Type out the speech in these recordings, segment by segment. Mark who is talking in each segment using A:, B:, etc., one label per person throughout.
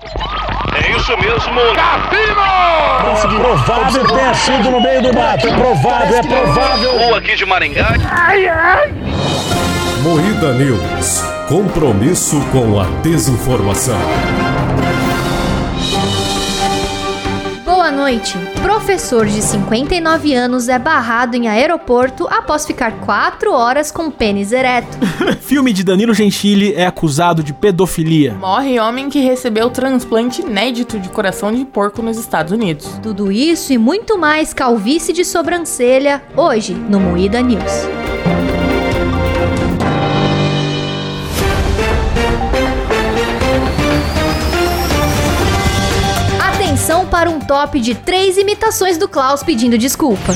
A: É Isso mesmo.
B: Conseguiu.
A: Cassino!
B: Provável tenha sido no meio do mato. É provável, é provável.
A: Ou aqui de Maringá.
C: Moída News. Compromisso com a desinformação.
D: Boa noite. Professor de 59 anos é barrado em aeroporto após ficar 4 horas com pênis ereto.
E: Filme de Danilo Gentili é acusado de pedofilia.
F: Morre homem que recebeu transplante inédito de coração de porco nos Estados Unidos.
D: Tudo isso e muito mais calvície de sobrancelha hoje no Moída News. Atenção para um top de três imitações do Klaus pedindo desculpa.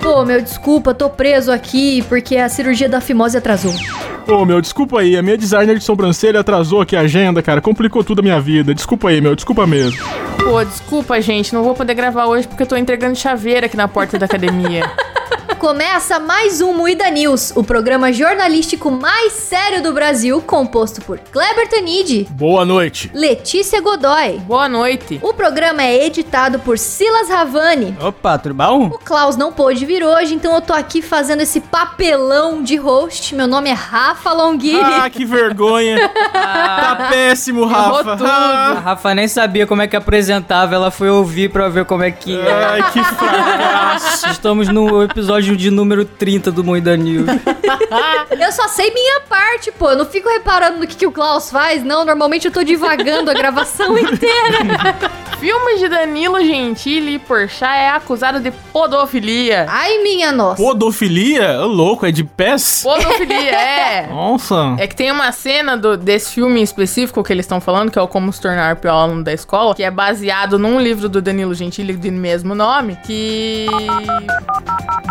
D: Pô, meu desculpa, tô preso aqui porque a cirurgia da fimose atrasou.
E: Ô, meu, desculpa aí. A minha designer de sobrancelha atrasou aqui a agenda, cara. Complicou tudo a minha vida. Desculpa aí, meu. Desculpa mesmo.
F: Pô, desculpa, gente, não vou poder gravar hoje porque eu tô entregando chaveira aqui na porta da academia.
D: Começa mais um Moída News, o programa jornalístico mais sério do Brasil, composto por Kleber Tanide,
E: Boa noite.
D: Letícia Godoy.
F: Boa noite.
D: O programa é editado por Silas Ravani.
G: Opa, tudo bom?
D: O Klaus não pôde vir hoje, então eu tô aqui fazendo esse papelão de host. Meu nome é Rafa Longhi.
E: Ah, que vergonha. tá péssimo, Rafa.
F: tudo.
E: Ah,
G: A Rafa nem sabia como é que apresentava, ela foi ouvir pra ver como é que ia.
E: Ai, que fracasso.
G: Estamos no episódio de número 30 do Moída News.
D: Eu só sei minha parte, pô. Eu não fico reparando no que, que o Klaus faz, não. Normalmente eu tô divagando a gravação inteira.
F: Filme de Danilo Gentili por chá é acusado de podofilia.
D: Ai, minha nossa.
E: Podofilia? Ô, louco, é de pés?
F: Podofilia, é.
E: Nossa.
F: É que tem uma cena do- desse filme específico que eles estão falando, que é o Como se tornar o pior aluno da escola, que é baseado num livro do Danilo Gentili de mesmo nome, que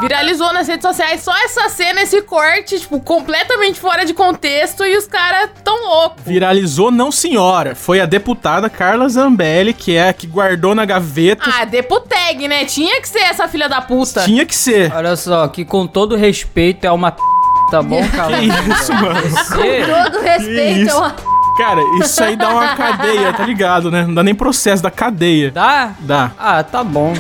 F: viralizou nas redes sociais só essa cena, esse corte, tipo, completamente fora de contexto e os caras tão loucos.
E: Viralizou não senhora. Foi a deputada Carla Zambelli, que é a que guardou na gaveta.
F: Ah, deputeg, né? Tinha que ser essa filha da puta.
E: Tinha que ser.
G: Olha só, que com todo respeito é uma p... tá bom, cara?
E: Que isso, mano.
G: Você...
D: Todo respeito.
E: isso?
D: é uma-
E: Cara, isso aí dá uma cadeia, tá ligado, né? Não dá nem processo, dá cadeia.
G: Dá?
E: Dá.
G: Ah, tá bom.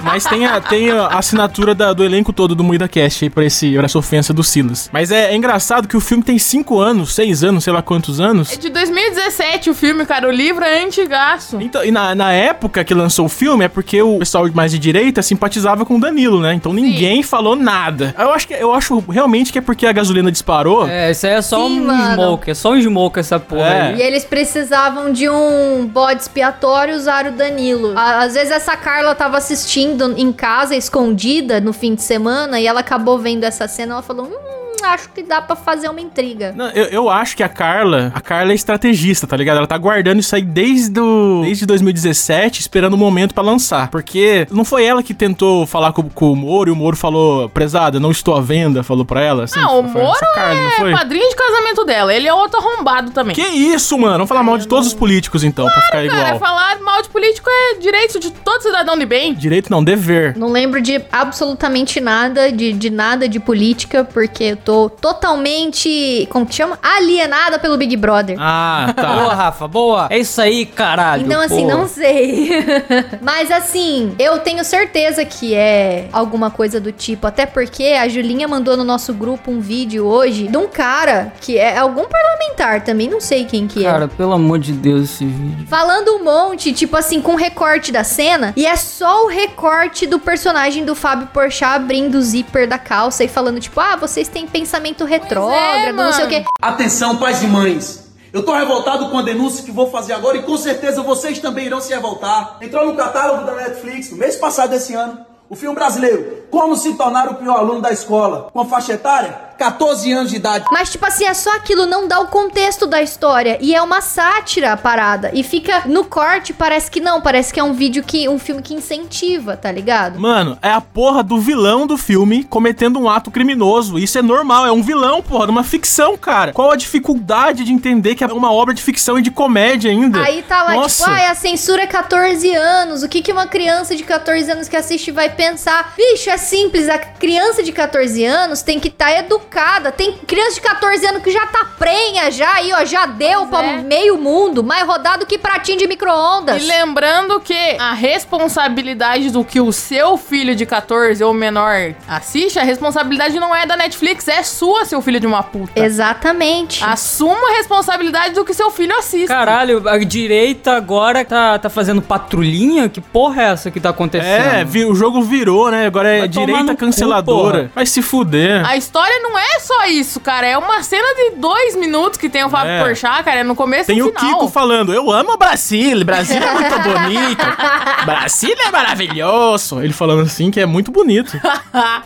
E: Mas tem a, tem a assinatura da- do elenco todo do Moída Cast aí pra, esse, pra essa ofensa do Silas. Mas é, é engraçado que o filme tem 5 anos, 6 anos, sei lá quantos
F: É
E: anos.
F: de 2017 o filme, cara. O livro é antigaço.
E: Então, e na, na época que lançou o filme, é porque o pessoal mais de direita simpatizava com o Danilo, né? Então ninguém falou nada. Eu acho, que, eu acho realmente que é porque a gasolina disparou.
G: É, isso aí é só
D: Sim,
G: um
D: mano.
G: smoke, é só um smoke essa porra
E: É.
G: aí.
D: E eles precisavam de um bode expiatório usar o Danilo. Á- Às vezes essa Carla tava assistindo em casa, escondida, no fim de semana, e ela acabou vendo essa cena, ela falou, hum, acho que dá pra fazer uma intriga.
E: Não, eu, eu acho que a Carla, a Carla é estrategista, tá ligado? Ela tá guardando isso aí desde, o, desde 2017, esperando o momento pra lançar. Porque não foi ela que tentou falar com, com o Moro e o Moro falou, prezada, não estou à venda, falou pra ela. Assim,
F: Ah, o
E: Foi essa
F: Moro
E: Carla, não
F: é padrinho de casamento dela. Ele é outro arrombado também.
E: Que isso, mano? Vamos falar mal de todos os políticos então, pra ficar
F: Cara, é
E: igual.
F: falar mal de político é direito de todo cidadão de bem.
E: Direito não, dever.
D: Não lembro de absolutamente nada, de, de nada de política, porque eu tô totalmente, como que chama? Alienada pelo Big Brother.
E: Ah, tá.
G: Boa, Rafa, boa. É isso aí, caralho.
D: Então, assim,
G: pô.
D: não sei. Mas, assim, eu tenho certeza que é alguma coisa do tipo. Até porque a Julinha mandou no nosso grupo um vídeo hoje de um cara que é algum parlamentar também, não sei quem que é.
G: Cara, pelo amor de Deus, esse vídeo.
D: Falando um monte, tipo assim, com recorte da cena. E é só o recorte do personagem do Fábio Porchat abrindo o zíper da calça e falando, tipo, ah, vocês têm pensamento retrógrado, não sei o quê.
H: Atenção, pais e mães. Eu tô revoltado com a denúncia que vou fazer agora e com certeza vocês também irão se revoltar. Entrou no catálogo da Netflix no mês passado desse ano o filme brasileiro Como se tornar o pior aluno da escola, com a faixa etária 14 anos de idade.
D: Mas, tipo assim, é só aquilo, não dá o contexto da história. E é uma sátira a parada. E fica no corte, parece que não, parece que é um vídeo que. um filme que incentiva, tá ligado?
E: Mano, é a porra do vilão do filme cometendo um ato criminoso. Isso é normal, é um vilão, porra, numa ficção, cara. Qual a dificuldade de entender que é uma obra de ficção e de comédia ainda?
D: Aí tá lá,
E: Nossa.
D: tipo, ai, a censura é 14 anos. O que, que uma criança de 14 anos que assiste vai pensar? Bicho, é simples. A criança de 14 anos tem que estar educada chocada. Tem criança de 14 anos que já tá prenha já aí, ó. Já deu
F: Pois
D: pra
F: é.
D: meio mundo. Mais rodado que pratinho de micro-ondas.
F: E lembrando que a responsabilidade do que o seu filho de 14 ou menor assiste, a responsabilidade não é da Netflix, é sua, seu filho de uma puta. Ah,
D: Exatamente.
F: Assuma a responsabilidade do que seu filho assiste.
G: Caralho, a direita agora tá, tá fazendo patrulhinha? Que porra é essa que tá acontecendo?
E: É, vi- o jogo virou, né? Agora é
G: Vai tomar no
E: direita
G: cu,
E: canceladora.
G: porra.
E: Vai se fuder.
F: A história não é só isso, cara. É uma cena de dois minutos que tem o Fábio
E: É.
F: Porchat, cara. É no começo
E: Tem
F: e no
E: o
F: final.
E: Kiko falando, eu amo o Brasil, Brasil é muito bonito, Brasil é maravilhoso. Ele falando assim que é muito bonito.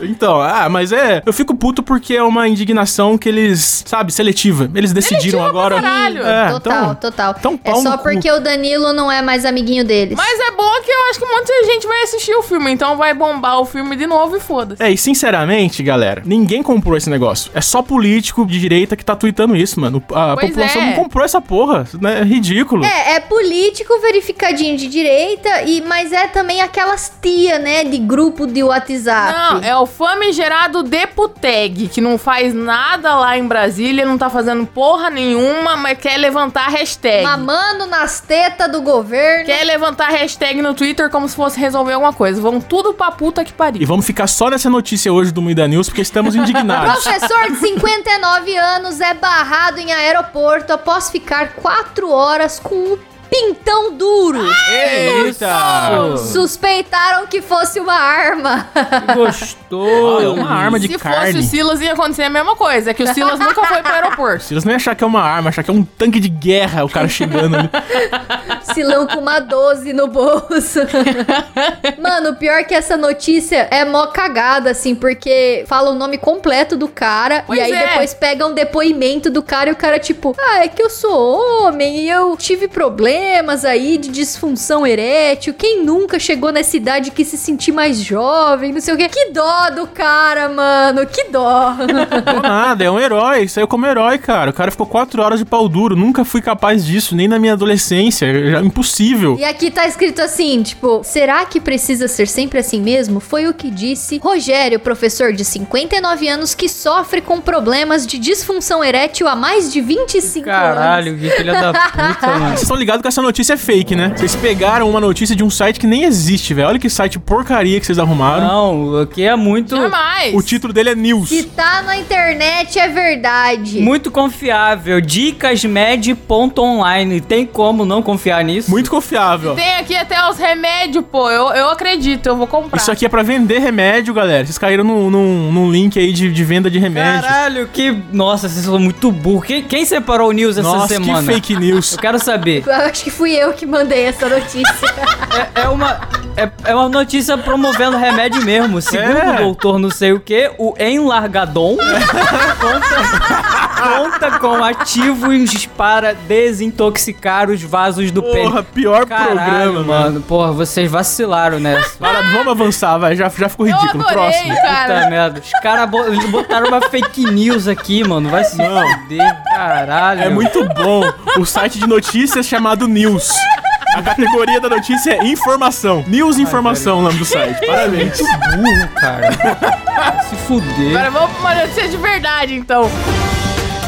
E: Então, ah, mas é, eu fico puto porque é uma indignação que eles, sabe, seletiva. Eles decidiram
F: Seletiva pra
E: agora.
F: caralho.
E: É,
D: total,
E: então,
D: total.
E: então
D: é
E: pau
D: só
E: no cu.
D: porque o Danilo não é mais amiguinho deles.
F: Mas é bom que eu acho que um monte de gente vai assistir o filme, então vai bombar o filme de novo e foda-se.
E: É, e sinceramente, galera, ninguém comprou esse negócio. É só político de direita que tá tweetando isso, mano. A
F: Pois
E: população
F: é.
E: não comprou essa porra. Né? É ridículo.
D: É, é político verificadinho de direita, e, mas é também aquelas tia, né, de grupo de WhatsApp.
F: Não, é o famigerado Deputeg, que não faz nada lá em Brasília, não tá fazendo porra nenhuma, mas quer levantar hashtag.
D: Mamando nas tetas do governo.
F: Quer levantar hashtag no Twitter como se fosse resolver alguma coisa. Vão tudo pra puta que
E: E
F: pariu.
E: vamos ficar só nessa notícia hoje do Muida News porque estamos indignados.
D: Professor de 59 anos é barrado em aeroporto após ficar 4 horas com um pintão duro.
E: É, Eita!
D: Suspeitaram que fosse uma arma.
G: Que gostoso.
E: É uma arma de
F: se
E: carne.
F: fosse o Silas, ia acontecer a mesma coisa. É que o Silas nunca foi pro aeroporto.
E: Se eles não iam achar que é uma arma, achar que é um tanque de guerra o cara chegando ali.
D: Silão com uma 12 no bolso. Mano, o pior é que essa notícia é mó cagada, assim, porque fala o nome completo do cara
F: Pois
D: e aí
F: é.
D: depois pega um depoimento do cara e o cara, tipo, ah, é que eu sou homem e eu tive problemas aí de disfunção erétil. Quem nunca chegou nessa idade que se sentir mais jovem, não sei o quê. Que dó do cara, mano, que dó.
E: Não nada, é um herói, saiu como herói, cara. O cara ficou quatro horas de pau duro, nunca fui capaz disso, nem na minha adolescência, é, já, impossível.
D: E aqui tá escrito assim, tipo, será que precisa ser sempre assim mesmo? Foi o que disse Rogério, professor de 59 anos que sofre com problemas de disfunção erétil há mais de 25 anos.
G: Caralho, que filha da puta, mano.
E: Vocês estão ligados que essa notícia é fake, né? Vocês pegaram uma notícia de um site que nem existe, velho. Olha que site porcaria que vocês arrumaram.
G: Não, aqui é muito,
F: Jamais.
E: O título dele é News.
D: Se tá na internet é verdade.
G: muito confiável. Dicasmed.online. Tem como não confiar nisso?
E: Muito confiável.
F: Tem aqui até os remédios, pô. Eu, eu acredito, eu vou comprar.
E: Isso aqui é pra vender remédio, galera. Vocês caíram num, num, num link aí de, de venda de remédio.
G: Caralho, que. Nossa, vocês são muito burros. Quem, quem separou o news essa
E: Nossa,
G: semana?
E: que fake news.
G: Eu quero saber.
D: Eu acho que fui eu que mandei essa notícia.
G: É, é uma. É, é uma notícia promovendo remédio mesmo. Segundo
E: É.
G: o doutor não sei o que, o Enlargadon conta, conta com ativos para desintoxicar os vasos do
E: Porra,
G: pênis.
E: pior
G: Caralho,
E: programa, né? mano.
G: mano. Porra, vocês vacilaram nessa.
E: Para, vamos avançar, vai. Já, já ficou é ridículo.
F: eu adorei,
E: Próximo.
F: cara.
G: Puta merda. Os caras bo- eles botaram uma fake news aqui, mano. Vai se fuder, caralho.
E: É muito bom o site de notícias chamado News. A categoria da notícia é informação. News Informação, o nome do site. Parabéns.
G: burro, cara. Vai se fuder.
F: Agora vamos pra uma notícia de verdade, então.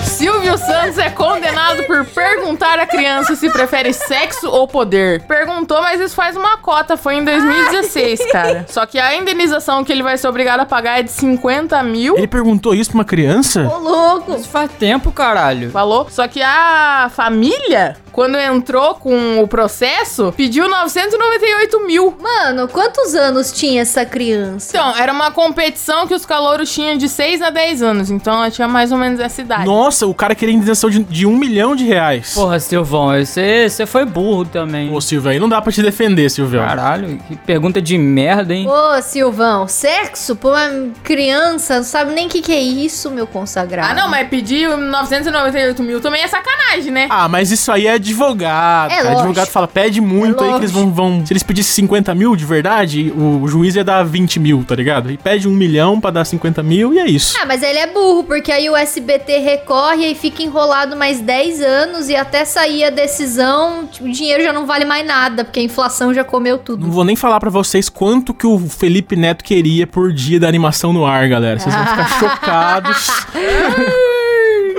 F: Silvio Santos é condenado por perguntar à criança se prefere sexo ou poder. Perguntou, mas isso faz uma cota. Foi em 2016, cara. Só que a indenização que ele vai ser obrigado a pagar é de 50 mil.
E: Ele perguntou isso pra uma criança?
D: Ô, louco.
G: Isso faz tempo, caralho.
F: Falou. Só que a família, quando entrou com o processo, pediu 998 mil.
D: Mano, quantos anos tinha essa criança?
F: Então, era uma competição que os calouros tinham de 6 a 10 anos. Então, ela tinha mais ou menos essa idade.
E: Nossa, o cara queria indenização de, de um milhão de reais.
G: Porra, Silvão, você, você foi burro também.
E: Ô, Silvio, aí não dá pra te defender, Silvio.
G: Caralho, que pergunta de merda, hein?
D: Ô, Silvão, sexo pra uma criança, não sabe nem o que, que é isso, meu consagrado.
F: Ah, não, mas pedir 998 mil também é sacanagem, né?
E: Ah, mas isso aí é advogado.
D: É
E: cara.
D: lógico.
E: Advogado fala, pede muito
D: É
E: aí que eles vão, vão. Se eles pedissem 50 mil de verdade, o juiz ia dar 20 mil, tá ligado? E pede um milhão pra dar 50 mil e é isso.
D: Ah, mas ele é burro, porque aí o SBT recorre e fica enrolado mais 10 anos e até sair a decisão, tipo, o dinheiro já não vale mais nada, porque a inflação já comeu tudo.
E: Não vou nem falar pra vocês quanto que o Felipe Neto queria por dia da animação no ar, galera. Vocês vão ficar chocados.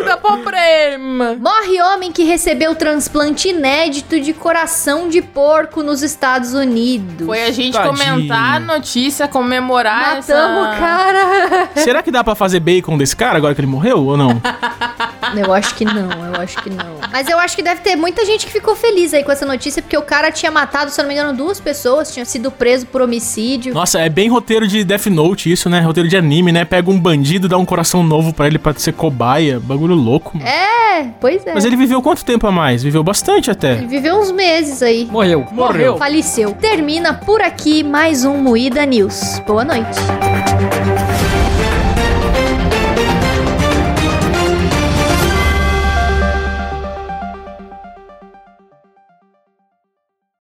F: Dá problema.
D: Morre homem que recebeu transplante inédito de coração de porco nos Estados Unidos.
F: Foi a gente
E: Tadinho.
F: comentar a notícia, comemorar
D: Matamos o
F: essa...
D: cara.
E: Será que dá pra fazer bacon desse cara agora que ele morreu ou não?
D: Eu acho que não, eu acho que não. Mas eu acho que deve ter muita gente que ficou feliz aí com essa notícia, porque o cara tinha matado, se eu não me engano, duas pessoas, tinha sido preso por homicídio.
E: Nossa, é bem roteiro de Death Note isso, né? Roteiro de anime, né? Pega um bandido, dá um coração novo pra ele pra ser cobaia. Bagulho louco, mano.
D: É, pois é.
E: Mas ele viveu quanto tempo a mais? Viveu bastante até.
D: Ele viveu uns meses aí.
G: Morreu.
E: Morreu.
D: Faleceu. Termina por aqui mais um Moída News. Boa noite.